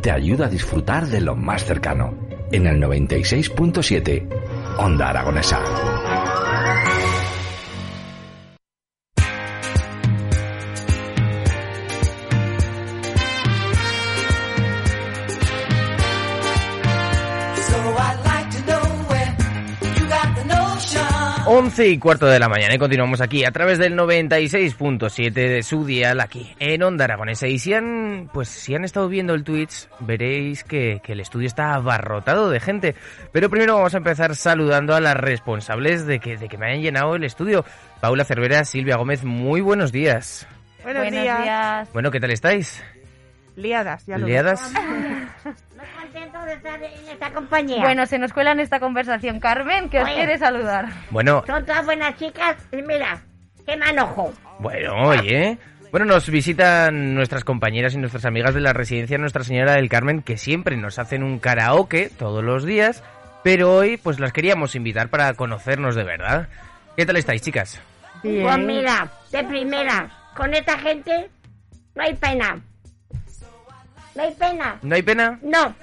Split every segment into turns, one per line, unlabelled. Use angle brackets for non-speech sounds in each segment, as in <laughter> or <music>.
te ayuda a disfrutar de lo más cercano en el 96.7 Onda Aragonesa.
So I'd like to know where you got the notion.
11 y cuarto de la mañana y continuamos aquí a través del 96.7 de su dial aquí en Onda Aragonesa. Y si han, pues si han estado viendo el Twitch, veréis que, que el estudio está abarrotado de gente. Pero primero vamos a empezar saludando a las responsables de que, de que me hayan llenado el estudio. Paula Cervera, Silvia Gómez, muy buenos días.
Buenos, días.
Bueno, ¿qué tal estáis?
Liadas, ya lo
¿Liadas?
Más contento de estar en esta compañía.
Bueno, se nos cuela en esta conversación Carmen, que os
Oye.
quiere saludar.
Bueno,
Son todas buenas chicas y mira, qué manojo.
Bueno, oye. Bueno, nos visitan nuestras compañeras y nuestras amigas de la residencia Nuestra Señora del Carmen, que siempre nos hacen un karaoke todos los días, pero hoy pues las queríamos invitar para conocernos de verdad. ¿Qué tal estáis, chicas?
Bien.
Pues mira, de primera, con esta gente no hay pena. No hay pena.
¿No hay pena?
No,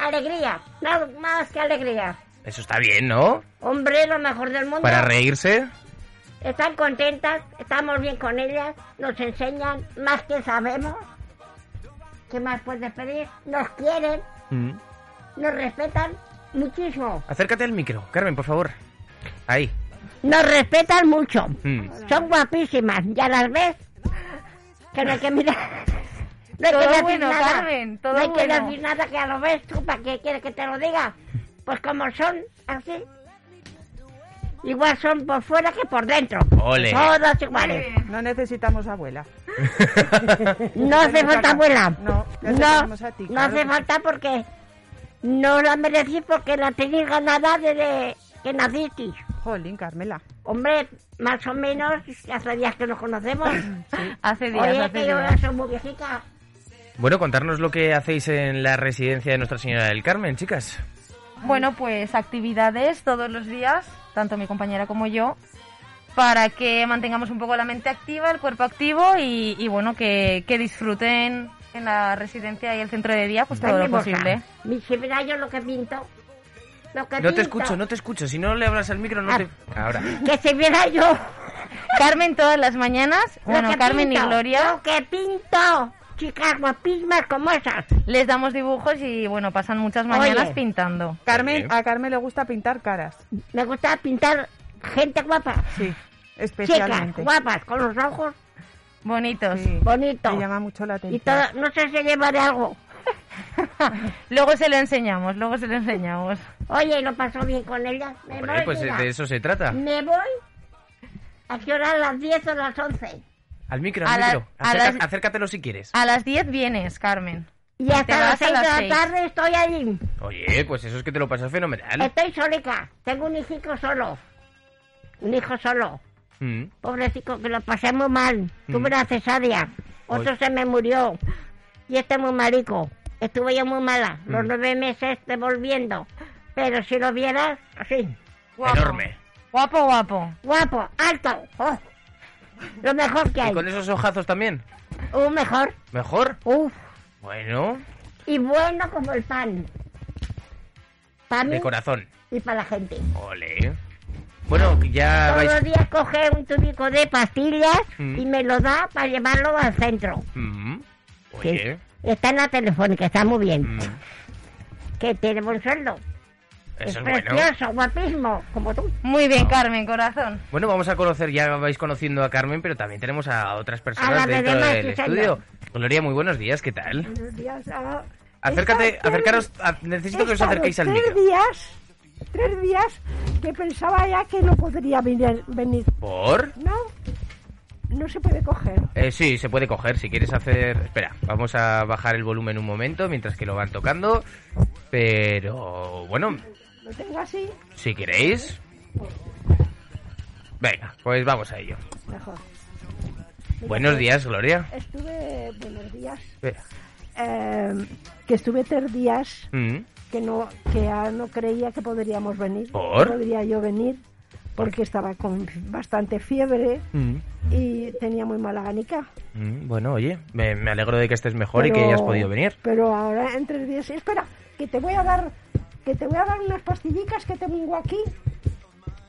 alegría. Nada más que alegría.
Eso está bien, ¿no?
Hombre, lo mejor del mundo.
Para reírse.
Están contentas, estamos bien con ellas, nos enseñan más que sabemos. ¿Qué más puedes pedir? Nos quieren,
Mm.
nos respetan muchísimo.
Acércate al micro, Carmen, por favor. Ahí.
Nos respetan mucho.
Mm.
Son guapísimas, ¿ya las ves? Que no hay que mirar. No hay
Todo
que decir
bueno,
nada.
Carmen, todo
no hay que
bueno.
decir nada que ya lo ves tú, ¿para qué quieres que te lo diga? Pues como son, así. Igual son por fuera que por dentro.
Ole.
Todas iguales.
No necesitamos abuela.
No hace
Tenemos
falta
acá.
abuela.
No, ya te
no,
tenemos a ti,
no
claro
hace
que
falta porque no la merecí porque la tenéis ganada desde que naciste.
Jolín, Carmela.
Hombre, más o menos, hace días que nos conocemos.
Hace días,
Oye,
hace
que yo
días.
ya soy muy viejita.
Bueno, contarnos lo que hacéis en la residencia de Nuestra Señora del Carmen, chicas.
Bueno, pues actividades todos los días, tanto mi compañera como yo, para que mantengamos un poco la mente activa, el cuerpo activo y, y bueno, que, que disfruten en la residencia y el centro de día pues todo
Ay,
lo
mi boca.
posible.
Mi si mira yo lo que pinto. Lo que
No
pinto.
te escucho, no te escucho. Si no le hablas al micro, no te...
Ah.
Ahora.
Que se viera yo.
Carmen todas las mañanas,
lo
bueno,
que
Carmen
pinto,
y Gloria
Lo que pinto. Chicas guapísimas como esas.
les damos dibujos y bueno, pasan muchas mañanas
Oye.
pintando.
Carmen, a Carmen le gusta pintar caras.
Me gusta pintar gente guapa.
Sí,
Chicas
especialmente.
guapas, con los ojos
Bonitos.
Sí,
bonitos.
me llama mucho la
Y
atención.
todo, no sé si llevaré algo.
Luego se lo enseñamos, luego se lo enseñamos.
Oye, lo pasó bien con ella. Me
Hombre,
voy,
pues
mira.
de eso se
Ah.
trata.
Me voy. ¿A qué hora? ¿A las 10 o a las 11?
Al micro,
A
al
la-
micro.
a
Acerca-
las- Ah.
Acércatelo si quieres.
A las 10 vienes, Carmen.
Y
Te
hasta las
vas a
6 de
las
la
seis.
tarde estoy allí.
Oye, pues eso es que te lo pasas
Eh.
fenomenal.
Estoy solica. Tengo un hijico solo. Un hijo solo.
Mm.
Pobrecito, que lo pasé muy mal. Tuve
Mm.
una cesárea. Otro se me murió. Y este muy marico. Estuve yo muy mala. Los
Mm.
nueve meses devolviendo. Pero si lo vieras, así.
Enorme.
Guapo, guapo.
Guapo, alto. oh. Lo mejor que
¿Y
hay.
con esos ojazos también?
Un mejor.
¿Mejor?
Uf.
Bueno,
Y bueno como el pan. Para mí
Mm.
de corazón.
y para la gente.
Ole. Bueno, ya
Todos
Ah, vais...
los días coge un tubico de pastillas
Mm.
y me lo da para llevarlo al centro.
Mm. Oye.
Está en la telefónica, está muy bien.
Mm.
que tiene buen sueldo.
Eso es bueno.
precioso, guapísimo, como tú.
Muy bien, Carmen, corazón.
Bueno, vamos a conocer, ya vais conociendo a Carmen, pero también tenemos a otras personas
A la
dentro
Bedema,
del
sí, señor.
estudio. Gloria, muy buenos días, ¿qué tal?
Buenos días. ah. He
Acércate,
estado
acercaros,
tres-
a- necesito que os
he estado
acerquéis al
tres
micro.
días, tres días que pensaba ya que no podría venir, venir.
¿Por?
No, no se puede coger.
Eh, sí, se puede coger, si quieres hacer... Espera, vamos a bajar el volumen un momento mientras que lo van tocando. Pero, bueno,
Lo tengo así,
si queréis... Venga, pues vamos a ello.
mejor.
Buenos días, Gloria.
Estuve, buenos días,
Espera.
eh, que estuve tres días
Mm,
que no que ah, no creía que podríamos venir.
¿Por?
No Podría yo venir porque estaba con bastante fiebre
mm,
y tenía muy mala gánica.
mm, Bueno, oye, me, me alegro de que estés mejor y que
Pero-
hayas podido venir.
Pero ahora en tres días, espera, que te voy a dar, que te voy a dar unas pastillicas que tengo aquí,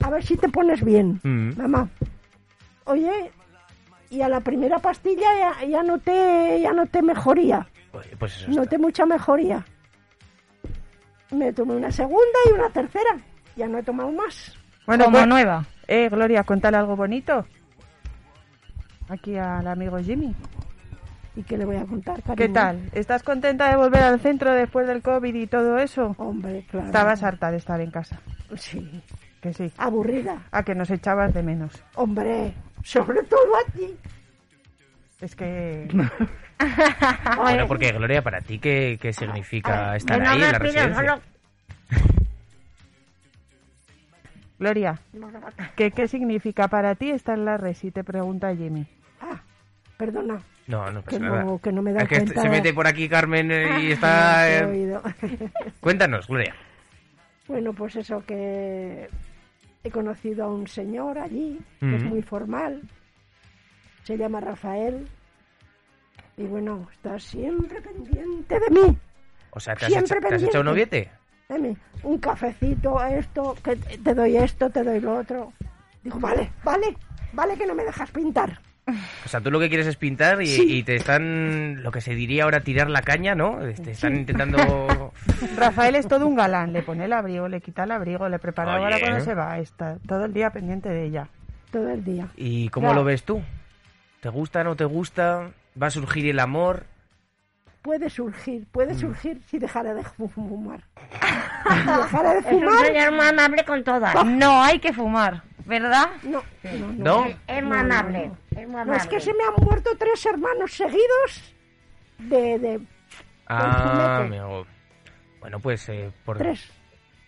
a ver si te pones bien,
Mm.
mamá. Oye, y a la primera pastilla ya, ya noté, ya noté mejoría,
Oye, pues eso está.
noté mucha mejoría. Me tomé una segunda y una tercera, ya no he tomado más.
Bueno,
Como
pues-
nueva.
Eh, Gloria, cuéntale algo bonito. Aquí al amigo Jimmy.
¿Y qué le voy a contar, cariño?
¿Qué tal? ¿Estás contenta de volver al centro después del COVID y todo eso?
Hombre, claro.
Estabas harta de estar en casa.
Sí,
Que sí.
aburrida.
A que nos echabas de menos.
Hombre, sobre todo a ti.
Es que. Ah,
Bueno, porque Gloria, para ti, ¿qué, qué significa estar ahí en la residencia?
Gloria, ¿qué, ¿qué significa para ti estar en la resi? Te pregunta Jimmy.
Ah, perdona.
No, no pasa
Que no-
Pues nada.
que no me he dado
Es que
cuenta.
se
<laughs>
mete por aquí Carmen eh, y
Ah,
está...
te he
eh,
oído. <laughs>
Cuéntanos, Gloria.
bueno, pues eso que he conocido a un señor allí, que es
Ujú.
muy formal, se llama Rafael, y bueno, está siempre pendiente de mí,
O sea, ¿te has,
Siempre
hecho, te has hecho un
pendiente.
noviete?
de mí. Un cafecito, esto, que te doy esto, te doy lo otro. Digo, vale, vale, vale que no me dejas pintar.
O sea, tú lo que quieres es pintar y,
Sí.
y te están, lo que se diría ahora, tirar la caña, ¿no? Te están
<laughs>
intentando...
Rafael es todo un galán. Le pone el abrigo, le quita el abrigo, le prepara
Oye.
ahora cuando se va. Está todo el día pendiente de ella.
Todo el día.
¿Y cómo
Claro.
lo ves tú? ¿Te gusta, no te gusta? ¿Va a surgir el amor?
Puede surgir, puede surgir si dejara de fu- fumar. Si dejara de fumar,
muy amable con todas.
Ah.
No hay que fumar, ¿verdad?
no, no, no.
¿No?
Es muy amable. Es muy
Mm. No,
amable.
es que se me han muerto tres hermanos seguidos de, de
Ah,
fumete.
amigo. Bueno, pues... Eh, por...
tres.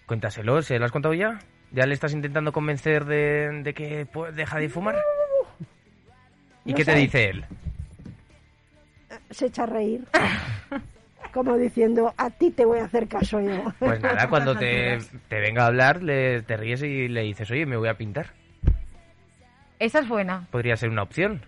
Cuéntaselo, ¿se lo has contado ya? ¿Ya le estás intentando convencer de, de que pues, deja de fumar? ¿Y
no
qué te
sé.
dice él?
Se echa a reír. Como diciendo, a ti te voy a hacer caso yo.
Pues nada, cuando te, te venga a hablar, le, te ríes y le dices, oye, me voy a pintar.
Esa es buena.
Podría ser una opción.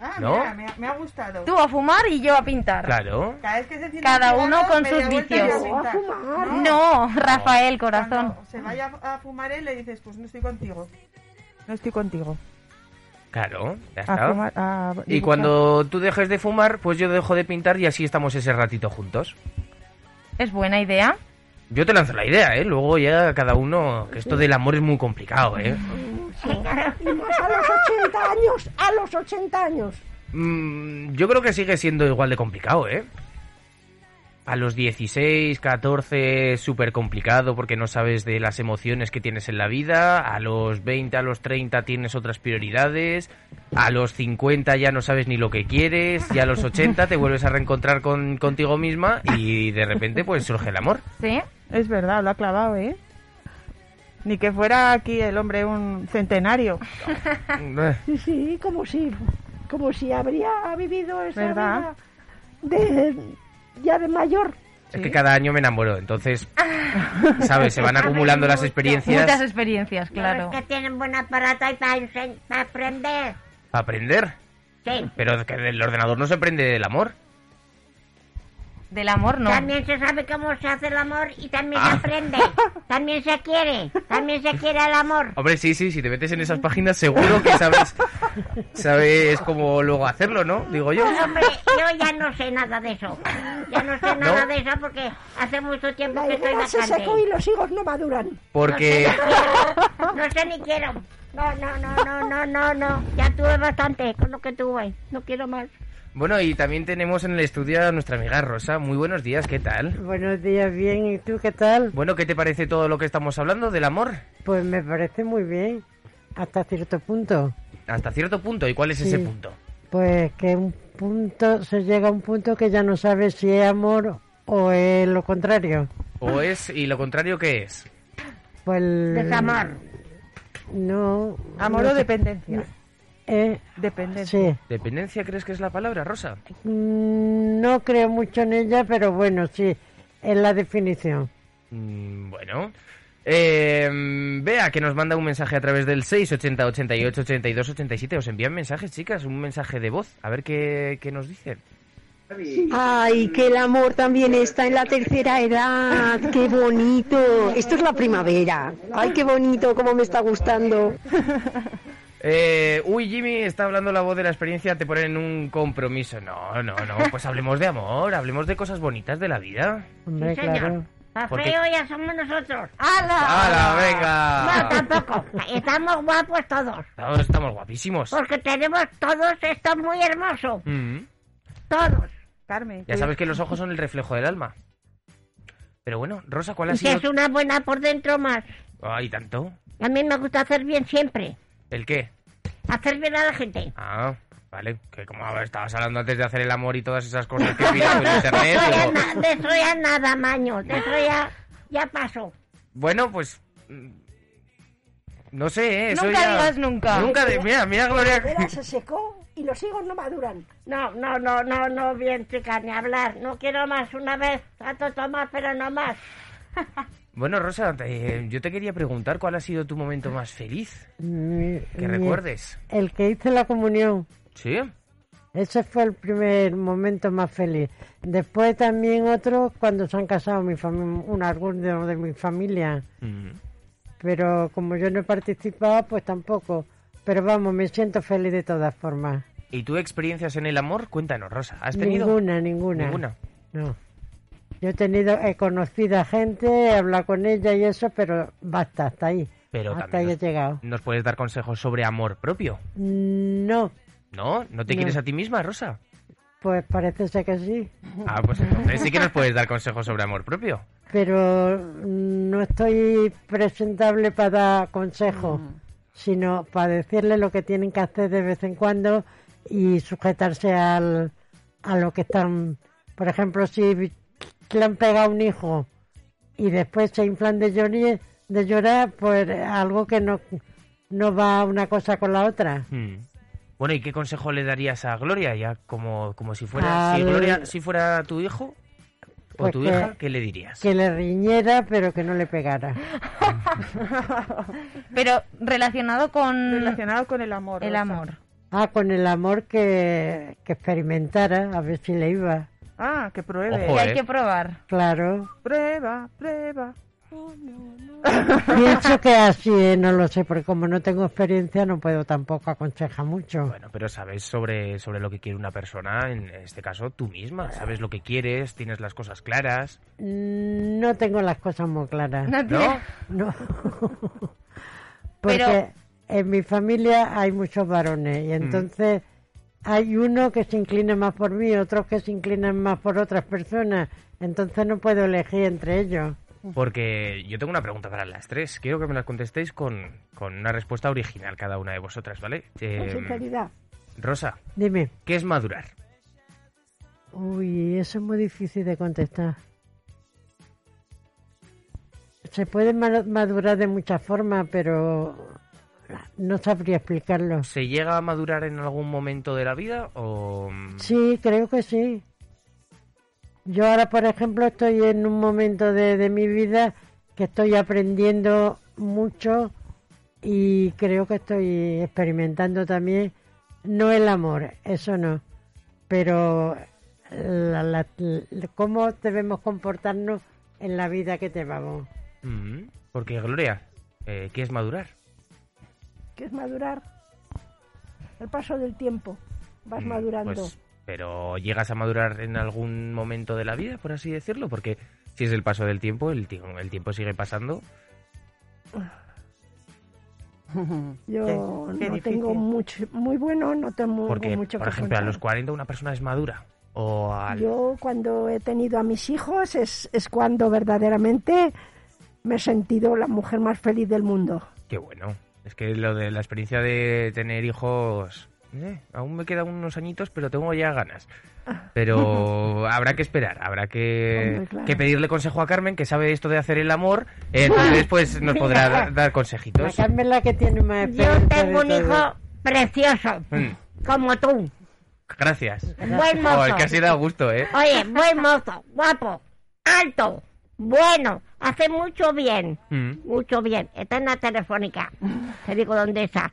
Ah,
¿No? mira,
me, ha gustado.
Tú a fumar y yo a pintar.
Claro.
Cada, vez que se
Cada un uno cigarro, con media sus vuelta y a vicios.
No, a fumar.
No, Rafael, corazón.
se vaya a fumar él, le dices, pues no estoy contigo. No estoy contigo.
Claro, ya
A
está.
fumar, a-
Y cuando tú dejes de fumar, pues yo dejo de pintar y así estamos ese ratito juntos.
Es buena idea.
Yo te lanzo la idea, ¿eh? Luego ya cada uno... Que esto del amor es muy complicado, ¿eh?
Y más a los 80 años, a los 80 años.
Mm, yo creo que sigue siendo igual de complicado, ¿eh? A los 16, 14, súper complicado porque no sabes de las emociones que tienes en la vida. A los 20, a los 30 tienes otras prioridades. A los 50 ya no sabes ni lo que quieres. Y a los 80 te vuelves a reencontrar con, contigo misma y de repente pues surge el amor.
Sí.
Es verdad, lo ha clavado, ¿eh? Ni que fuera aquí el hombre un centenario.
Eh,
Sí, sí, como si, como si habría vivido esa
¿Verdad?
vida de, ya de mayor.
Es que cada año me enamoro, entonces, ¿sabes? Se van acumulando las
Muchas
experiencias
experiencias, claro.
Es que tienen buen aparato y para, ense- para aprender.
para aprender.
Sí.
Pero es que el ordenador no Ah. se prende del amor.
Del amor no.
También se sabe cómo se hace el amor y también se
<laughs>
aprende. También se quiere. También se quiere el amor.
Hombre, sí, sí, si te metes en esas páginas seguro que sabes sabes cómo luego hacerlo, ¿no? Digo yo.
Hombre, yo ya no sé nada de eso. Ya no sé nada de eso porque hace mucho tiempo
La
que estoy
higuera se
vacante.
secó y los higos no maduran.
Porque
<laughs> No sé ni quiero. No, no, no, no, no, no, no. Ya tuve bastante con lo que tuve. No quiero más.
bueno, y también tenemos en el estudio a nuestra amiga Rosa. Muy buenos días, ¿qué tal?
Buenos días, bien. ¿Y tú qué tal?
Bueno, ¿qué te parece todo lo que estamos hablando del amor?
Pues me parece muy bien, hasta cierto punto.
Hasta cierto punto, ¿y cuál es ese
Sí.
punto?
Pues que un punto se llega a un punto que ya no sabes si es amor o es lo contrario.
¿O es y lo contrario qué es?
Pues el-
Desamor.
no.
Amor
no
o
sé.
dependencia.
Eh,
Dependencia.
sí.
¿Dependencia crees que es la palabra, Rosa?
Mm, No creo mucho en ella, pero bueno, sí, es la definición.
Mm, Bueno. Vea que nos manda un mensaje a través del 680 88 82 87. Os envían mensajes, chicas, un mensaje de voz. A ver qué, qué nos dicen.
Ay, que el amor también está en la tercera edad. Qué bonito. Esto es la primavera. Ay, qué bonito, cómo me está gustando.
Eh, uy, Jimmy, está hablando la voz de la experiencia, te ponen en un compromiso. No, no, no, pues hablemos de amor, hablemos de cosas bonitas de la vida.
Hombre,
Sí, señor.
claro.
Más
Porque-
feo ya somos nosotros.
¡Hala,
No,
venga!
tampoco. Estamos guapos todos.
Todos estamos guapísimos.
Porque tenemos todos esto muy hermoso.
Mm.
Todos.
Carmen.
Ya sabes que los ojos son el reflejo del alma. Pero bueno, Rosa, ¿cuál ha
Y que
sido?
es una buena por dentro más.
Ay, tanto.
A mí me gusta hacer bien siempre.
¿El qué?
Hacer bien a la gente.
Ah, vale. Que como estabas hablando antes de hacer el amor y todas esas cosas que miras en
<laughs>
internet.
Eso ya,
digo,
na- de eso ya nada, maño. De eso ya, ya pasó.
Bueno, pues. mm, No sé, ¿eh? Eso
Nunca
ya-
digas nunca.
Nunca de... Mira, mira,
La
Gloria.
higuera se secó y los higos no maduran.
No, no, no, no, no, bien, chica, ni hablar. No quiero más una vez. Tanto tomar, pero no más.
Bueno, Rosa, te- yo te quería preguntar cuál ha sido tu momento más feliz
Mi-
que
mi-
recuerdes.
Mm, El que hice la comunión.
¿Sí?
Ese fue el primer momento más feliz. Después también otro cuando se han casado mi fami- un alguno de mi familia.
Mm.
Pero como yo no he participado, pues tampoco. Pero vamos, me siento feliz de todas formas.
¿Y tu experiencias en el amor? Cuéntanos, Rosa. ¿Has tenido?
Ninguna, ninguna.
Ninguna.
No. Yo he tenido, he conocido a gente, he hablado con ella y eso, pero basta, hasta ahí.
Pero
hasta
también
ahí he
nos-
llegado.
¿Nos puedes dar consejos sobre amor propio?
No,
¿No? ¿No te
No.
quieres a ti misma, Rosa?
pues parece ser que sí.
Ah, pues entonces sí que
<laughs>
nos puedes dar consejos sobre amor propio.
pero mm, no estoy presentable para dar consejos, sino para decirle lo que tienen que hacer de vez en cuando y sujetarse al, a lo que están. Por ejemplo, si vi- le han pegado un hijo y después se inflan de, llori- de llorar, pues algo que no, no va una cosa con la otra.
Hmm. Bueno, ¿y qué consejo le darías a Gloria? Ya como, como si fuera... Si
Al-
Gloria si fuera tu hijo o
Pues
tu
que-
hija, ¿qué le dirías?
Que le riñera, Ah, pero que no le pegara.
Pero relacionado con
Mm.
Relacionado con el amor.
el
Rosa.
amor.
Ah, con el amor que, que experimentara, a ver si le iba.
Ah, que pruebe.
Ojo,
Que
eh.
hay que probar.
<laughs>
Claro.
Prueba, prueba.
Pienso que así, eh, no lo sé, porque como no tengo experiencia no puedo tampoco aconsejar mucho.
Bueno, pero sabes sobre, sobre lo que quiere una persona, en este caso tú misma. Sabes lo que quieres, tienes las cosas claras,
Mm, No tengo las cosas muy claras.
No tiene-
¿no?
No. Porque
Pero-
en mi familia hay muchos varones y entonces hay uno que se inclina más por mí, otros que se inclinan más por otras personas. Entonces no puedo elegir entre ellos.
Porque yo tengo una pregunta para las tres. Quiero que me la contestéis con, con una respuesta original cada una de vosotras, ¿vale?
Con
Eh,
sinceridad.
Rosa,
Dime.
¿qué es madurar?
Uy, eso es muy difícil de contestar. Se puede ma- madurar de muchas formas, pero no sabría explicarlo.
¿Se llega a madurar en algún momento de la vida o...?
Sí, creo que sí. Yo ahora, por ejemplo, estoy en un momento de, de mi vida que estoy aprendiendo mucho y creo que estoy experimentando también, no el amor, eso no, pero la- la- la- cómo debemos comportarnos en la vida que llevamos.
Mm, Porque, Gloria, eh, ¿qué es madurar?
que es madurar. El paso del tiempo. Vas
Mm,
madurando.
pues, pero llegas a madurar en algún momento de la vida, por así decirlo, porque si es el paso del tiempo, el, ti- el tiempo sigue pasando.
Yo
Qué-
no
qué difícil.
tengo mucho, muy bueno, no tengo
Porque,
mucho
por
que
ejemplo, a
contar.
los 40 una persona es madura. O al...
Yo cuando he tenido a mis hijos es, es cuando verdaderamente me he sentido la mujer más feliz del mundo.
Qué bueno. Es que lo de la experiencia de tener hijos... eh, aún me quedan unos añitos, pero tengo ya ganas. Pero habrá que esperar, habrá que,
Hombre, claro.
que pedirle consejo a Carmen, que sabe esto de hacer el amor. Entonces, pues nos podrá dar, dar
La
consejitos.
Carmen es la que tiene más
Yo
experiencia
tengo
de
un
todo.
hijo precioso,
Mm,
como tú.
Gracias.
Buen mozo.
Joder, que así da gusto, ¿eh?
Oye, buen mozo, guapo, alto, bueno, hace mucho bien.
Mm.
Mucho bien, está en la telefónica. Te digo dónde está.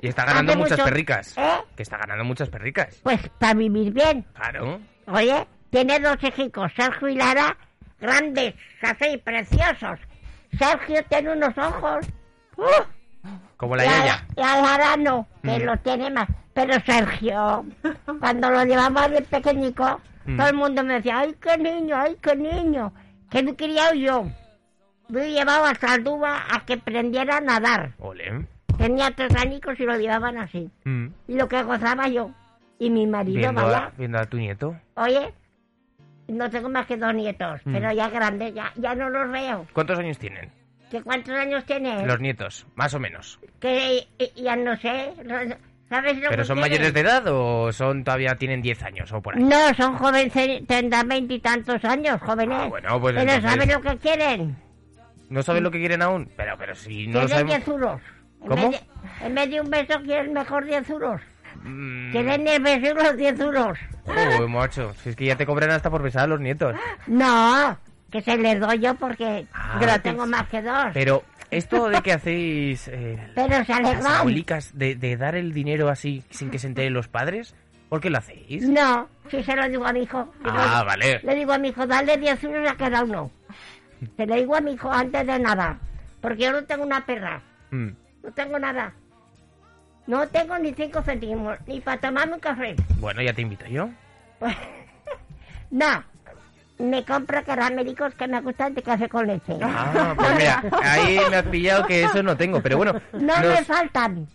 Y está ganando
Hace
muchas
mucho-
perricas.
¿Eh?
Que está ganando muchas perricas.
Pues para vivir bien.
Claro.
Oye, tiene dos hijos, Sergio y Lara, grandes, así, preciosos. Sergio tiene unos ojos. ¡uh!
Como la
Y a-
yaya.
Y a Lara no, que
Mm.
lo tiene más. Pero Sergio, cuando lo llevamos de pequeñico,
Mm.
todo el mundo me decía, ay, qué niño, ay, qué niño, que lo he criado yo. Lo he llevado a Saldúa a que aprendiera a nadar.
Ole.
Tenía tres añicos y lo llevaban así.
Mm.
Y lo que gozaba yo. Y mi marido,
Viendo
vaya,
a, viendo a tu nieto.
oye, no tengo más que dos nietos,
Mm.
pero ya grandes, ya, ya no los veo.
¿Cuántos años tienen
¿Que ¿Cuántos años tiene?
los nietos? Más o menos.
Que eh, ya no sé, no- ¿sabes lo
¿Pero
que
son
tiene?
mayores de edad o son todavía tienen 10 años o por ahí?
No, son jóvenes, tendrán veintitantos años, jóvenes.
Ah, bueno, pues
pero
entonces-
¿sabes lo que quieren?
¿No saben lo que quieren aún? Pero, pero si no lo
quieren
sabemos...
10 euros. En
¿Cómo?
vez de- En vez de un beso quieren mejor 10 euros.
Mm,
Quieren el beso los 10 euros.
joder, macho. Si es que ya te cobran hasta por besar a los nietos.
No, que se les doy yo porque
Ah.
no tengo más que dos.
Pero esto de que hacéis... eh,
Pero se
las
alegran.
abuelicas de, de dar el dinero así sin que se enteren los padres, ¿por qué lo hacéis?
No, si se lo digo a mi hijo. Digo,
Ah, vale.
Le digo a mi hijo, dale 10 euros a cada uno. Se lo digo a mi hijo antes de nada. Porque yo no tengo una perra.
Mm.
No tengo nada. No tengo ni cinco céntimos, ni para tomarme un café.
Bueno, ya te invito yo.
No. Me compro caramelicos que me gustan de café con leche.
Ah, pues mira, ahí me has pillado que eso no tengo, pero bueno.
No me faltan.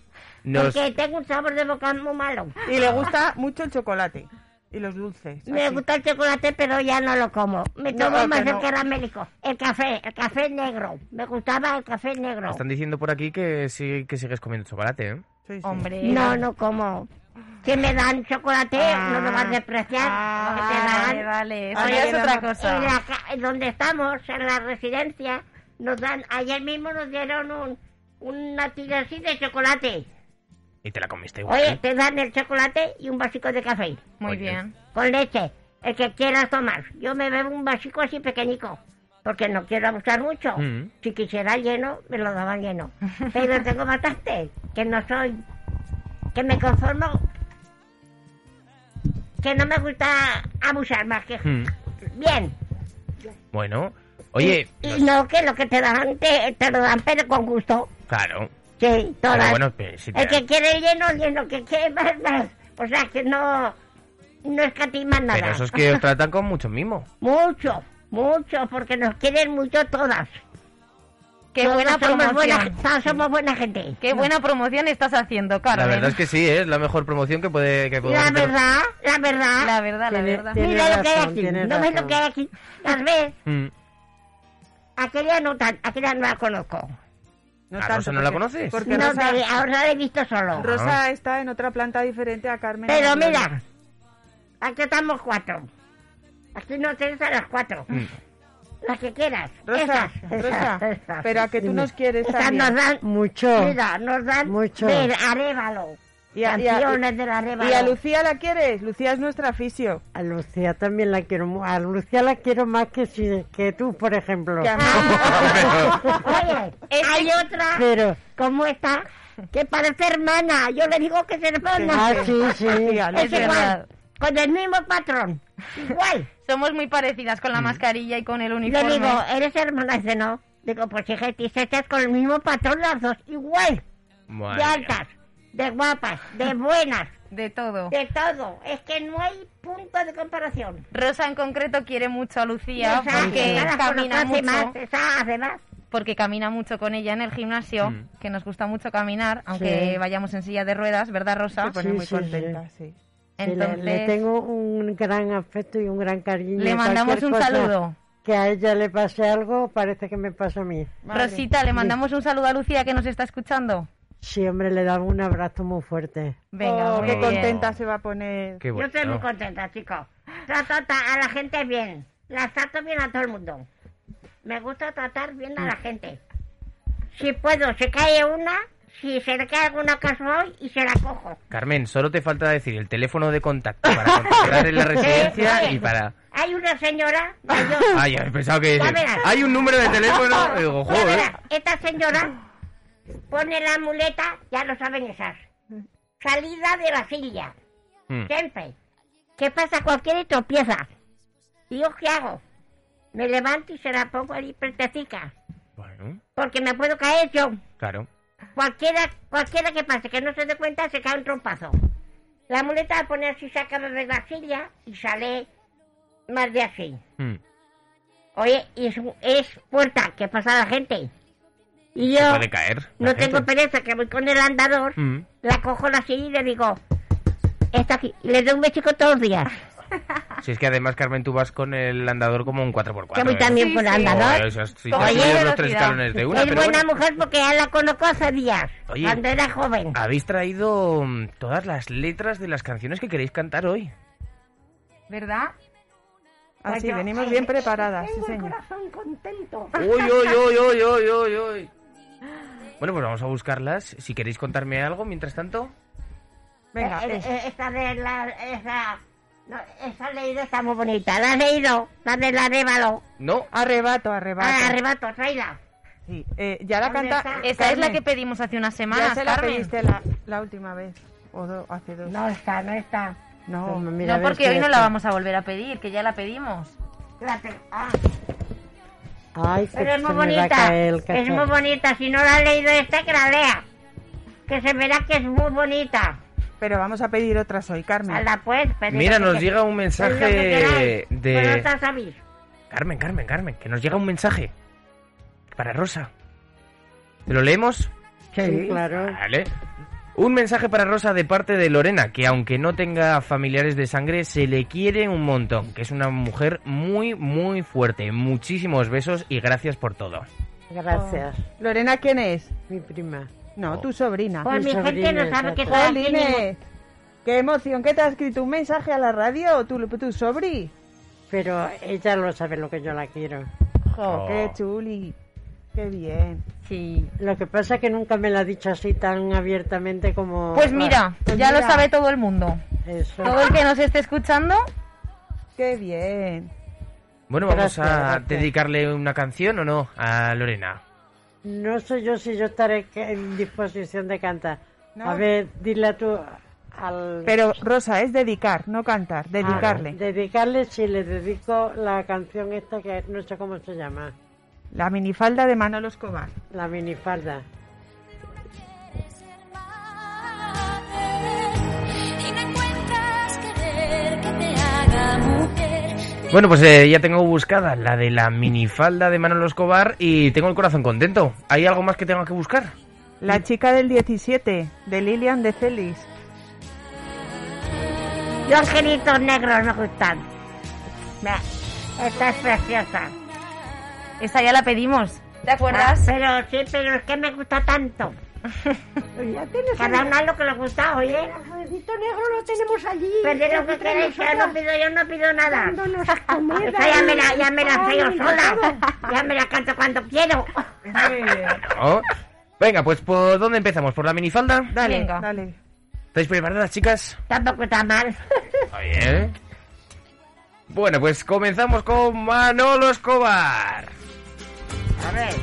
nos-
Porque tengo un sabor de boca muy malo.
Y le gusta mucho el chocolate y los dulces.
Me
así.
gusta el chocolate, pero ya no lo como. Me
No,
tomo
que
más el
no.
caramélico. El café, el café negro. Me gustaba el café negro.
Están diciendo por aquí que sí que sigues comiendo chocolate, ¿eh?
Hombre.
No, no como. Si me dan chocolate, no lo vas a despreciar. porque te
Ah, vale,
dan-
vale, eso
Oye,
Ah, ya es otra
En
cosa.
la ca- en donde estamos, en la residencia, nos dan, ayer mismo nos dieron un, una tira así de chocolate.
Y te la comiste igual. ¿eh?
Oye, te dan el chocolate y un vasico de café.
Muy bien.
Con leche, el que quieras tomar. Yo me bebo un vasico así pequeñico, porque no quiero abusar mucho.
Mm.
Si quisiera lleno, me lo daban lleno. Pero tengo bastante, que no soy, que me conformo, que no me gusta abusar más que...
Mm.
Bien.
Bueno, oye,
Y no que lo que te dan, te, te lo dan, pero con gusto.
claro.
Sí, todas.
Pero Ah, bueno, pe- si te
El que
dan-
quiere lleno, lleno, que quiere más, más. O sea, que no, no escatiman nada.
pero esos que os tratan con mucho
<laughs>
mimo.
Mucho, mucho, porque nos quieren mucho todas.
Qué
Todas
buena
somos buena,
promoción.
todas somos buena gente.
Qué buena promoción estás haciendo, Carmen.
La verdad es que sí, ¿eh? es la mejor promoción que puede que podemos
La
hacer.
verdad, la verdad.
La verdad, la
Tiene-
verdad. <laughs>
tiene
Mira lo que hay
razón,
aquí.
tiene
No ves lo
razón.
que hay aquí. Las ves.
Mm.
Aquella no, tan, aquella no la conozco.
No
¿A Rosa no la conoces?
Porque
No,
Rosa,
te- ahora la he visto solo.
Ah.
Rosa está en otra planta diferente a Carmen.
Pero
Aquí.
mira, aquí estamos cuatro. Aquí no tienes a las cuatro.
Mm.
Las que quieras.
Rosa,
Esas,
Rosa,
esas, esas.
pero a que tú nos quieres
Esas
también.
nos dan,
Mucho.
mira, nos dan
Mucho.
del arévalo.
Y a, y a-
Canciones del arévalo.
y a Lucía la quieres. Lucía es nuestra aficio.
A Lucía también la quiero, mu- a Lucía la quiero más que si- que tú, por ejemplo.
Que a mí-
Ah,
<laughs>
oye, hay otra
Pero
como esta que parece hermana. Yo le digo que es hermana.
ah, sí, sí.
<laughs>
Lucía,
Es
Lucía.
igual, con el mismo patrón. Igual.
Somos muy parecidas
Mm.
con la mascarilla y con el
Le
uniforme.
digo, ¿eres hermana? Dice, no. Digo, pues hija, y se estás con el mismo patrón las dos, igual.
Madre
de
mía.
altas, de guapas,
<laughs>
de buenas.
De todo.
De todo. Es que no hay punto de comparación.
Rosa en concreto quiere mucho a Lucía
Rosa, que
porque
cada vez
camina
conoce
mucho.
más,
Porque camina mucho con ella en el gimnasio,
Mm.
que nos gusta mucho caminar, aunque
Sí.
vayamos en silla de ruedas, ¿verdad, Rosa?
Se pone Sí, muy sí, contenta,
sí.
Sí, le-
Entonces,
le, tengo un gran afecto y un gran cariño.
Le mandamos
Cualquier
un
cosa
saludo.
Que a ella le pase algo, parece que me pasa a mí.
Rosita, le mandamos un saludo a Lucía que nos está escuchando.
Sí, hombre, le damos un abrazo muy fuerte.
Venga,
Oh,
muy
qué
bien.
contenta se va a poner.
Qué
Yo estoy muy contenta, chicos. Trato ta- a la gente bien. La trato bien a todo el mundo. Me gusta tratar bien a la gente. Si puedo, se cae una, si se le cae alguna cosa hoy y se la cojo.
Carmen, solo te falta decir el teléfono de contacto para contactar en
<laughs>
la residencia y para...
Eh, Hay una señora mayor.
Ay, he pensado que...
Ya verás.
Hay un número de
<laughs>
teléfono... Y digo,
Ya
joder.
verás, Esta señora pone la muleta, ya lo saben esas. Salida de la silla.
Mm.
Hmm.
Siempre. ¿Qué pasa? Cualquier tropieza. ¿Y yo qué hago? Me levanto y se la pongo ahí pretetica.
Bueno,
Porque me puedo caer yo.
claro.
Cualquiera, cualquiera que pase, que no se dé cuenta, se cae un trompazo. La muleta la pone así, saca de la silla y sale más de así.
Hmm.
Oye, y es, es puerta que pasa la gente. Y
Se
yo
puede caer. la
no
gente.
tengo pereza, que voy con el andador,
Mm.
la cojo la silla y le digo, está aquí, y le doy un bechico todos los días.
Ah, Si es que además, Carmen, tú vas con el andador como un 4x4.
Que voy también con el andador.
Oye, eso es- si te has subido los tres escalones de una,
es
pero
buena
bueno.
mujer porque ya la conozco hace días,
Oye. Ah,
cuando era joven.
Habéis traído mm, todas las letras de las canciones que queréis cantar hoy.
¿Verdad?
Así,
Ay, yo-
Ah, venimos
ay,
bien preparadas, sí,
tengo el
señor.
corazón contento.
Uy, uy, uy, uy, uy, uy, uy. Bueno, pues vamos a buscarlas. Si queréis contarme algo, mientras tanto.
Venga,
Eh, eh,
es.
eh, esa de la, esa, no, esa leída está muy bonita, la has leído, la del arrebalo.
No.
Arrebato, arrebato.
Ah, arrebato, tráela.
Sí, eh, ya la
¿Dónde
canta.
está?
Esa es la que pedimos hace unas semanas,
Ya se la
Carmen.
pediste la, la última vez. O do- hace dos.
No está, no está.
No,
no, porque hoy no la vamos a volver a pedir, que ya la pedimos.
La te- ah,
Ay, que
pero es muy
se me va a
bonita,
caer
es
el
muy
cacharro.
bonita, si no la has leído esta, que la lea. Que se verá que es muy bonita.
Pero vamos a pedir otras hoy, Carmen.
Hazla pues, pero
Mira,
lo
nos
que-
llega un
lo que
mensaje
queráis, pues no
de.
te sabéis.
Carmen, Carmen, Carmen, que nos llega un mensaje. Para Rosa. ¿Te lo leemos?
Sí, claro.
Vale. Un mensaje para Rosa de parte de Lorena, que aunque no tenga familiares de sangre, se le quiere un montón, que es una mujer muy, muy fuerte. Muchísimos besos y gracias por todo.
Gracias,
Lorena, ¿quién es?
mi prima.
No, tu sobrina.
Pues mi
Mis
gente no
sobrinos,
sabe que
exacto.
soy aquí
Jolines,
ningún-
¡Qué emoción! ¿Qué te ha escrito? ¿Un mensaje a la radio? ¿Tu, tu sobri?
Pero ella lo sabe lo que yo la quiero.
¡Jo, qué chuli! ¡Qué bien!
Sí.
Lo que pasa es que nunca me lo ha dicho así tan abiertamente como...
Pues mira,
Pues
ya lo
mira,
sabe todo el mundo.
Eso.
Todo el que nos esté escuchando,
¡Qué bien!
Bueno, vamos
Gracias,
a
gracias.
dedicarle una canción o no a Lorena.
No sé yo si yo estaré que- en disposición de cantar.
No.
A ver, dile tú al...
Pero, Rosa, es dedicar, no cantar, dedicarle.
Ah, dedicarle si le dedico la canción esta que no sé cómo se llama,
La minifalda de Manolo Escobar.
la minifalda.
Y no encuentras querer que te haga mujer.
Bueno, pues eh, ya tengo buscada la de la minifalda de Manolo Escobar y tengo el corazón contento. ¿Hay algo más que tengo que buscar?
La chica del 17, de Lilian de Celis.
Los angelitos negros me gustan. Me- Esta es preciosa.
esa ya la pedimos. ¿Te
Ah,
acuerdas?
pero sí, pero es que me gusta tanto.
Ya tienes
Cada
el
una lo que le gusta, oye.
arrocito negro lo tenemos allí.
Pero es lo que
Entre
queréis, yo no
nosotras,
pido, yo no pido nada.
dándonos comida,
<laughs> Esa ya me la, ya me la sé yo
pan,
sola.
todo.
Ya me la canto cuando quiero.
No. Venga, pues ¿por dónde empezamos? ¿Por la minifalda?
Dale,
Venga.
dale.
¿Estáis preparadas, chicas?
Tampoco está mal.
Está bien. Bueno, pues comenzamos con Manolo Escobar.
A ver.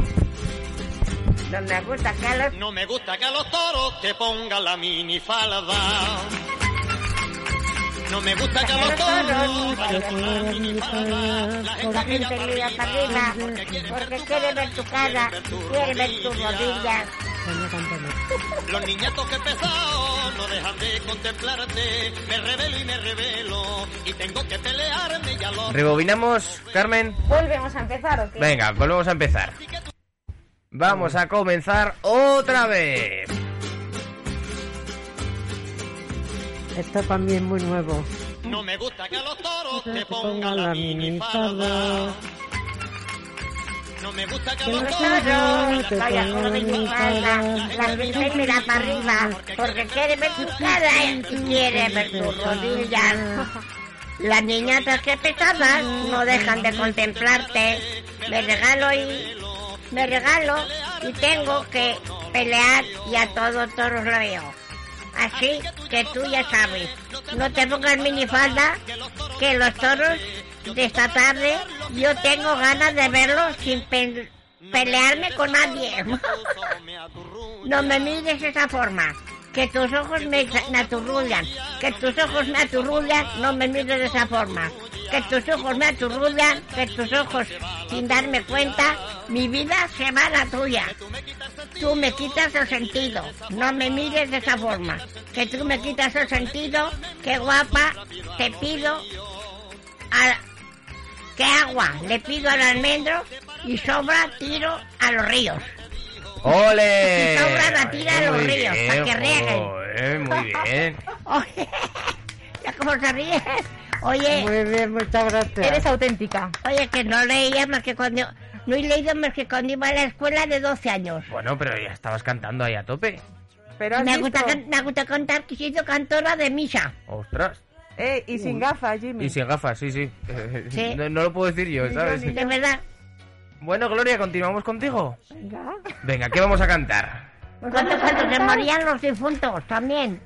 No me gusta que a los...
No me gusta que a los toros te ponga la minifalda.
No me gusta que los toros vayan con minifalda. La
La
gente
gente mira para arriba porque quiere ver tu cara, quiere ver tus rodillas.
Los niñatos que pesados no dejan de contemplarte. Me revelo y me revelo y tengo que pelearme ya lo
Rebobinamos, Carmen.
¿Volvemos a empezar o qué?
Venga, volvemos a empezar. Vamos a comenzar otra vez.
Esto para mí es muy nuevo.
No me gusta que los toros te
Ponga
pongan
la
la
minifalda.
minifalda. No me gusta que
Los
los
toros
toros
te
vayan
pongan
con minifalda.
minifalda. La gente mira para arriba porque quiere ver tu cara y quiere ver tus rodillas. Las niñatas que pesadas no dejan de contemplarte. Me regalo y me regalo y tengo que pelear y a todo toro lo veo. Así que tú ya sabes, no te pongas minifalda, que los toros de esta tarde yo tengo ganas de verlos sin pe- pelearme con nadie. <laughs> No me mires de esa forma, que tus ojos me exa- me aturrullan, que tus ojos me aturrullan, no me mires de esa forma, que tus ojos me aturrullan, que tus ojos, sin darme cuenta, mi vida se va a la tuya. Tú me quitas el sentido, no me mires de esa forma, que tú me quitas el sentido, que guapa, te pido a- que agua, le pido al almendro y sobra tiro a los ríos. <laughs>
¡Ole!
Y sobra la tira de los
Muy
ríos,
bien,
para que rieguen.
joder, muy bien.
Oye, ya como se ríe. Oye.
Eh.
Muy bien, muchas gracias.
Eres auténtica.
Oye, que no leía más que cuando... No he leído más que cuando iba a la escuela de 12 años.
Bueno, pero ya estabas cantando ahí a tope.
Pero me, gusta, can- me gusta contar que he sido cantora de misa.
¡Ostras!
Eh, y
sin
gafas, Jimmy.
Y sin gafas, sí, <laughs> sí.
Sí.
No, no lo puedo decir yo, ¿sabes?
De verdad.
Bueno, Gloria, continuamos contigo. Venga, ¿qué vamos a cantar?
Cuando, cuando se morían los difuntos también.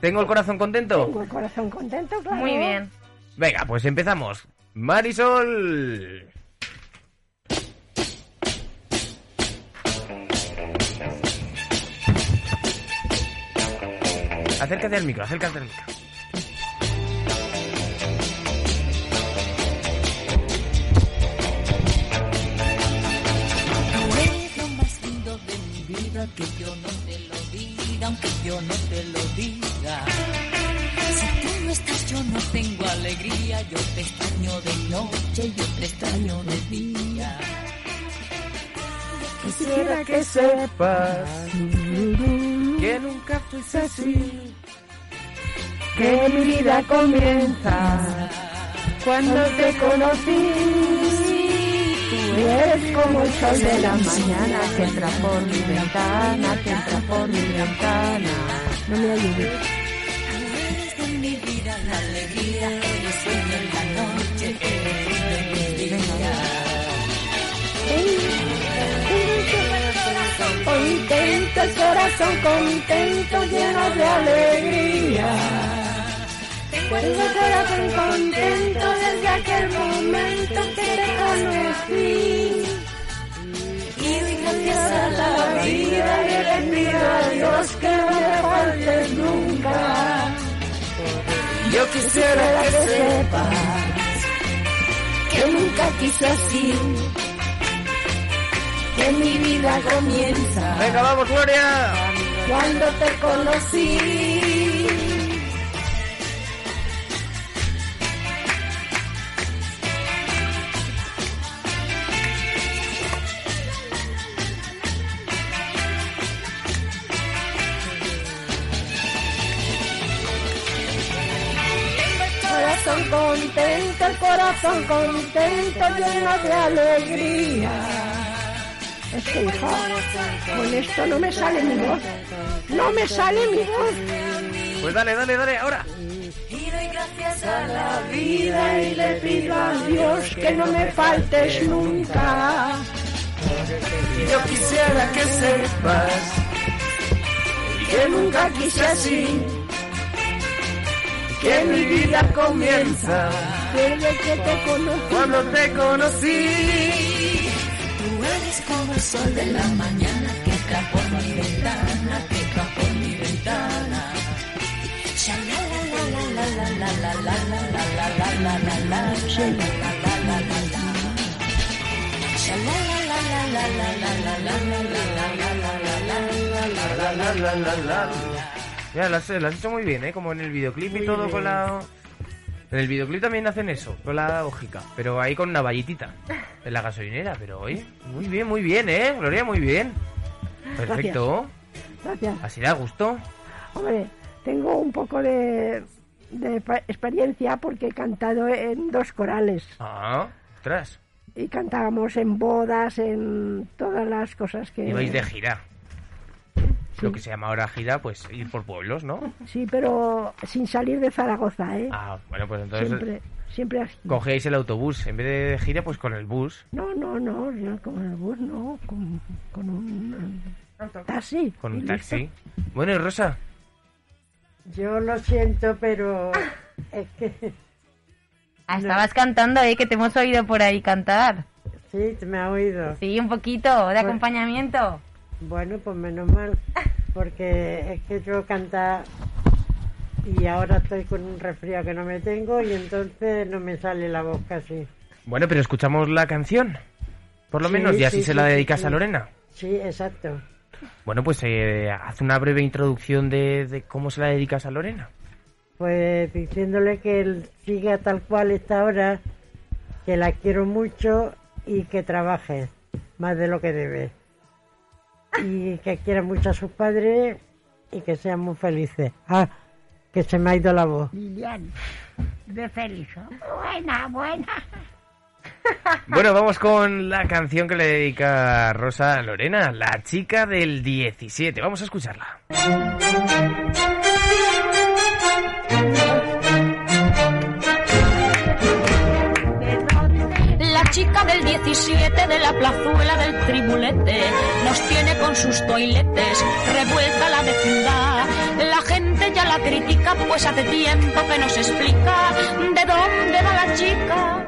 ¿Tengo el corazón contento?
Tengo el corazón contento, claro.
Muy bien.
Venga, pues empezamos. Marisol. Acércate al micro, acércate al micro.
Tú eres lo más lindo de mi vida que yo no te lo diga, aunque yo no te lo diga. Si tú no estás, yo no tengo alegría, yo te extraño de noche, yo te extraño de día.
Quisiera que sepas
que nunca fuiste así.
Que mi vida comienza cuando te conocí. Tú eres como el sol de la mañana que entra por mi ventana, que entra por mi ventana. No me ayudes.
Eres de mi vida la alegría, eres sueño en la noche, eres brillo en mis días.
Contento el corazón, contento lleno de alegría. Tengo el corazón contento desde aquel momento que te conocí.
Y hoy gracias a la
La vida y
vida,
le pido a Dios que no me faltes nunca.
yo quisiera que sepas que nunca quise así, que mi vida comienza.
Venga, vamos, Gloria.
Cuando te conocí.
Corazón contento, el corazón contento lleno de alegría.
Es que, hija, con esto no me sale mi voz. No me sale mi voz.
Pues dale, dale, dale, ahora.
Y doy gracias a la
Vida y le pido a Dios que no me faltes nunca.
Yo quisiera que sepas que nunca quise así, que mi vida comienza
Desde que te conocí.
cuando te conocí. Tú eres como el sol de la mañana que entra por mi ventana, que entra por mi ventana. Sha la la la la la la la
la la la la la la la la la la la la la la.
Mira, lo has, lo has hecho muy bien, ¿eh? Como en el videoclip y
Muy
todo
bien.
con la... En el videoclip también hacen eso, con la hojica, pero ahí con una
<laughs>
valletita en la gasolinera, pero oye, muy bien, muy bien, ¿eh? Gloria, muy bien. Perfecto.
Gracias.
Así da gusto.
Hombre, tengo un poco de, de pa- experiencia porque he cantado en dos corales
Ah, ostras.
y cantábamos en bodas, en todas las cosas que...
Ibais de gira. Lo que se llama ahora gira, pues ir por pueblos, ¿no?
Sí, pero sin salir de Zaragoza, ¿eh?
Ah, bueno, pues entonces
siempre, siempre así.
cogíais el autobús. En vez de gira, pues con el bus,
No, no, no, no, con el bus, no, con, con un eh, taxi.
con
y
un
listo.
taxi. Bueno, y Rosa,
Yo lo siento, pero es que
Ah, estabas cantando, ¿eh? Que te hemos oído por ahí cantar.
Sí, me ha oído.
Sí, un poquito de acompañamiento.
Bueno, pues menos mal, porque es que yo canta y ahora estoy con un resfriado que no me tengo y entonces no me sale la voz casi.
Bueno, pero escuchamos la canción. Por lo
Sí,
menos, y así
sí,
se
sí,
la
sí,
dedicas
sí.
a Lorena.
Sí, exacto.
Bueno, pues eh, haz una breve introducción de, de cómo se la dedicas a
<laughs>
Lorena.
Pues diciéndole que él siga tal cual está ahora, que la quiero mucho y que trabaje más de lo que debe. Y que quiera mucho a sus padres y que sean muy felices. Ah, que se me ha ido la voz.
Lilian, de feliz. Buena, buena.
Bueno, vamos con la canción que le dedica Rosa a Lorena, la chica del 17. Vamos a escucharla.
La chica del 17 de la plazuela del tribulete nos tiene con sus toiletes revuelta la vecindad. La gente ya la critica, pues hace tiempo que nos explica de dónde va la chica.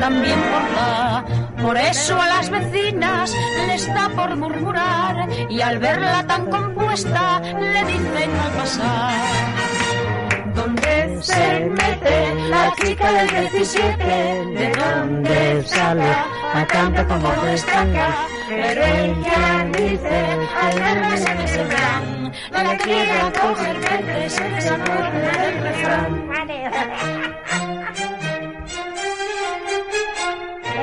También por la- por eso a las vecinas les da por murmurar y al verla tan compuesta le dicen al pasar. ¿Dónde se mete la chica del 17? ¿De dónde sale? A tanto como destaca. Pero ella dice, al verla se me sembran. No la quiero coger, vete, se desamorda del refrán.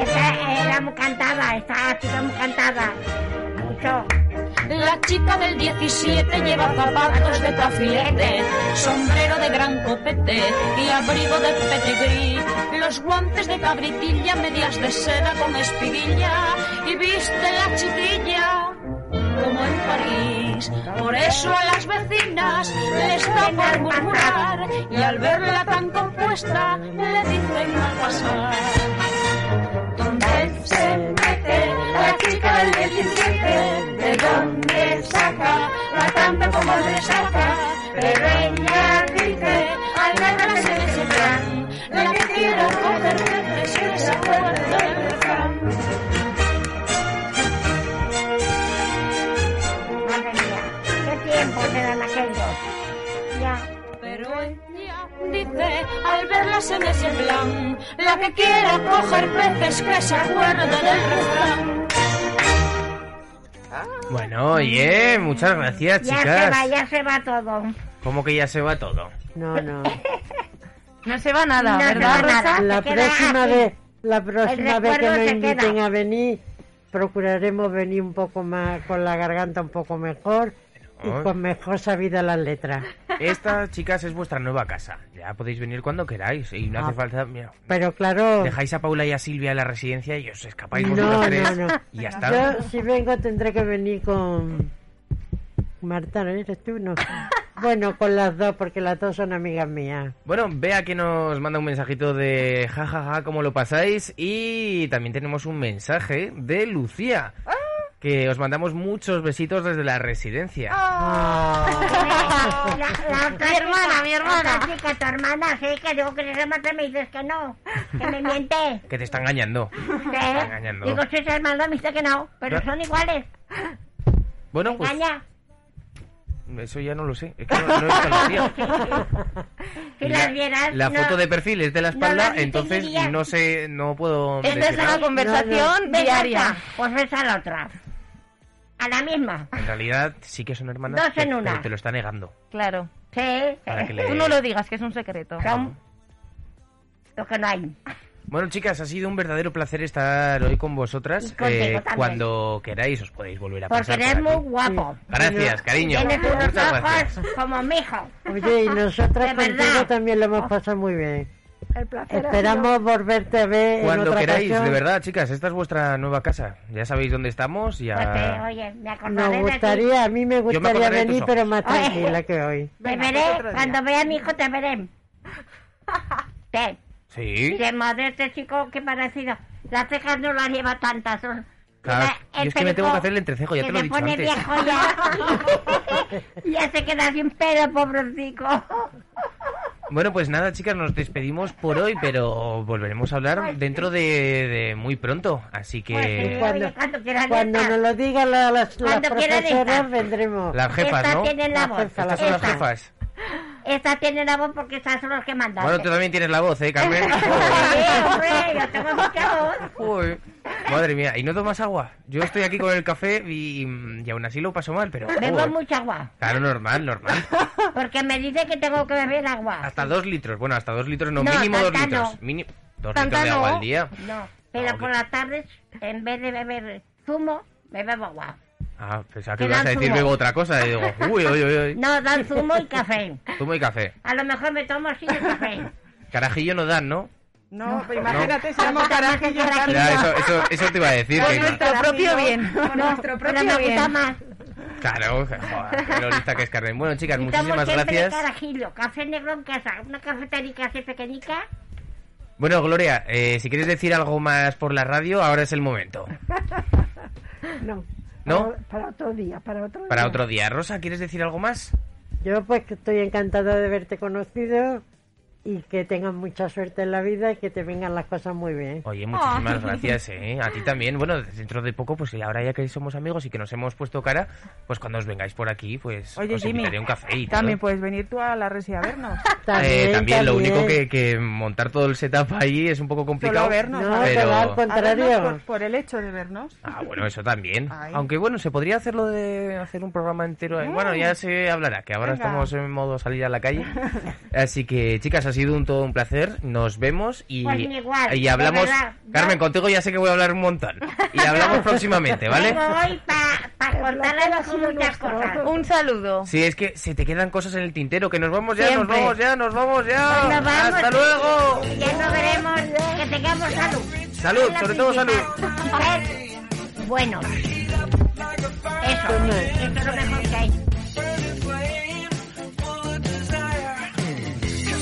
Esa era muy cantada, esta chica muy cantada. Mucho.
La chica del 17 lleva zapatos de tafilete, sombrero de gran copete y abrigo de petigrí, los guantes de cabritilla, medias de seda con espiguilla y viste la chiquilla como en París. Por eso a las vecinas les da por murmurar y al verla tan compuesta le dicen al pasar. ¿Dónde se mete la chica del 17? ¿De dónde saca la tanta como le saca? Pero ella dice, al verla se desembran, la que quiero coger vete, se desacuerda del refrán.
Madre mía, qué tiempo eran aquellos. Ya.
Pero ella dice, al verla se me semblan, la que quiera coger peces que se acuerde del refrán.
Bueno, oye, muchas gracias,
Ya se va,
chicas.
ya se va todo.
¿Cómo que ya se va todo?
No,
<laughs>
no.
No se va nada,
No se
¿verdad,
va nada,
Rosa?
se
La
queda
próxima
así.
vez, la próxima vez que
recuerdo
nos
se
inviten
queda.
a venir, procuraremos venir un poco más con la garganta un poco mejor y con mejor sabida las letras.
Esta, Oh, chicas, es vuestra nueva casa. Ya podéis venir cuando queráis. Y no
Ah.
hace falta. Mira,
Pero claro,
dejáis a Paula y a Silvia en la residencia y os escapáis
No,
vosotros
no,
tres.
no.
Y ya está.
Yo si vengo tendré que venir con Marta, ¿no eres tú? No. Bueno, con las dos, porque las dos son amigas mías.
Bueno, vea que nos manda un mensajito de jajaja, ja, ja, cómo lo pasáis. Y también tenemos un mensaje de Lucía.
Ah.
Que os mandamos muchos besitos desde la residencia.
Ah. La, la otra
Mi hermana,
chica,
mi hermana.
la otra chica, tu hermana, sí, que digo que es hermana, me dices que no, que
<laughs>
me miente. ¿eh?
Que te está engañando. Te está engañando.
Digo, si es hermana, me dice que no, pero
Ya.
son iguales,
bueno, pues
engaña.
Eso ya no lo sé. Es que no, no las conocía.
<laughs> Si
Y
las
la-
vieras,
la
no-
foto de perfil es de la
no
espalda,
las
entonces
distinguirías.
no sé, no puedo.
Esa
decir nada.
conversación
¿Ves
diaria.
esta? Pues esa la otra. A la misma.
En realidad sí que son hermanas.
Dos en
pero-
una. Eh,
pero te lo está negando.
Claro.
Sí.
Para que le-
Tú no lo digas, que es un secreto.
Lo que no hay.
Bueno, chicas, ha sido un verdadero placer estar hoy con vosotras. eh,
Y contigo también.
cuando queráis, os podéis volver a
Porque
pasar. por
eres
aquí.
muy guapo.
Gracias, cariño.
Tienes unos
Muchas
ojos
gracias.
como mi hijo.
Oye, y nosotras
De
contigo
verdad. Ah.
también lo hemos pasado muy bien.
El placer ha
Esperamos volverte a ver en
Cuando
otra
queráis,
ocasión.
de verdad, chicas, esta es vuestra nueva casa. Ya sabéis dónde estamos, ya.
Pues, eh, oye, me acordaré
Nos
de ti.
gustaría, a mí me gustaría
acordaré de tus
venir,
ojos.
pero más
Oye.
tranquila que hoy.
Te veré, cuando vea a mi hijo te veré. Te.
Sí.
De madre, este chico, qué parecido. Las cejas no las lleva tantas. son-
Claro,
El
yo es que me tengo
peluco
que hacer el entrecejo, ya
que
te lo he
se
dicho
pone
antes.
viejo <laughs> ya. ya se queda sin pelo, pobrecito.
Bueno, pues nada, chicas, nos despedimos por hoy, pero volveremos a
Pues
hablar dentro de, de muy pronto. Así que.
Pues
Cuando,
cuando quieras
cuando nos lo diga la, la, la
Cuando quieras
profesora,
estar.
vendremos.
Las jefas,
Esta
¿no?
tiene la voz.
Estas son las
Esta.
jefas.
Esta tiene la voz porque esas son los que mandan. <laughs>
Bueno, tú también tienes la voz, ¿eh, Carmen? Uy. Madre mía, ¿y no tomas agua? Yo estoy aquí con el café y, y aún así lo paso mal, pero...
Bebo
joder.
mucha agua.
Claro, normal, normal.
Porque me dice que tengo que beber agua.
Hasta dos litros. Bueno, hasta dos litros no,
No,
mínimo dos
tanta
litros.
no.
Mini- Dos
Tanta
litros de agua
no.
al día. Ah,
No, pero por las tardes, en vez de beber zumo, me bebo agua.
Ah, pensaba que
Que
ibas a
dan
decir
zumo.
luego otra cosa. Y digo, uy, uy, uy, uy.
No, dan zumo y café.
Zumo y café.
A lo mejor me tomo así
<laughs>
de café.
Carajillo no dan, ¿no?
No,
pero imagínate
si llamo carajillo.
Ya, eso, eso, eso te iba a decir. que-
propio bien.
Por nuestro
propio
me gusta
bien.
más.
Claro, joder, lo lista que es Carmen. Bueno, chicas,
Estamos
muchísimas
siempre
gracias.
carajillo. Café negro en casa. Una cafetería así pequeñica.
Bueno, Gloria, eh, si quieres decir algo más por la radio, ahora es el momento.
No.
¿No?
Para, para otro día, para otro
Para
día.
otro día. Rosa, ¿quieres decir algo más?
Yo pues que estoy encantada de verte conocido y que tengas mucha suerte en la vida y que te vengan las cosas muy bien.
Oye, muchísimas
Ah.
gracias, ¿eh? A ti también. Bueno, dentro de poco, pues ahora ya que somos amigos y que nos hemos puesto cara, pues cuando os vengáis por aquí, pues
Oye,
os
Jimmy,
invitaré un café y todo.
También pues, puedes venir tú a la resi a vernos.
Eh, también, lo único que, que montar todo el setup ahí es un poco complicado.
Solo a vernos. a
pero...
A vernos por, por el hecho de vernos.
Ah, bueno, eso también.
Ay.
Aunque bueno, se podría hacerlo de hacer un programa entero. ahí. Bueno, ya se hablará, que ahora
Venga.
estamos en modo salir a la calle. Así que, chicas, ha sido un todo un placer. Nos vemos y,
Pues igual,
y
de
hablamos.
verdad,
Carmen, contigo ya sé que voy a hablar un montón. Y
<laughs>
hablamos próximamente, ¿vale?
Vengo hoy para
<laughs>
contarles muchas cosas.
Un saludo.
Si es que se te quedan cosas en el tintero, que nos vamos ya, nos
Siempre.
vamos ya, nos vamos ya.
Bueno, vamos.
Hasta luego.
Ya nos veremos. Que tengamos salud.
Salud,
Es la
sobre todo salud.
principal. Ser buenos. Eso. Eso es lo mejor que hay.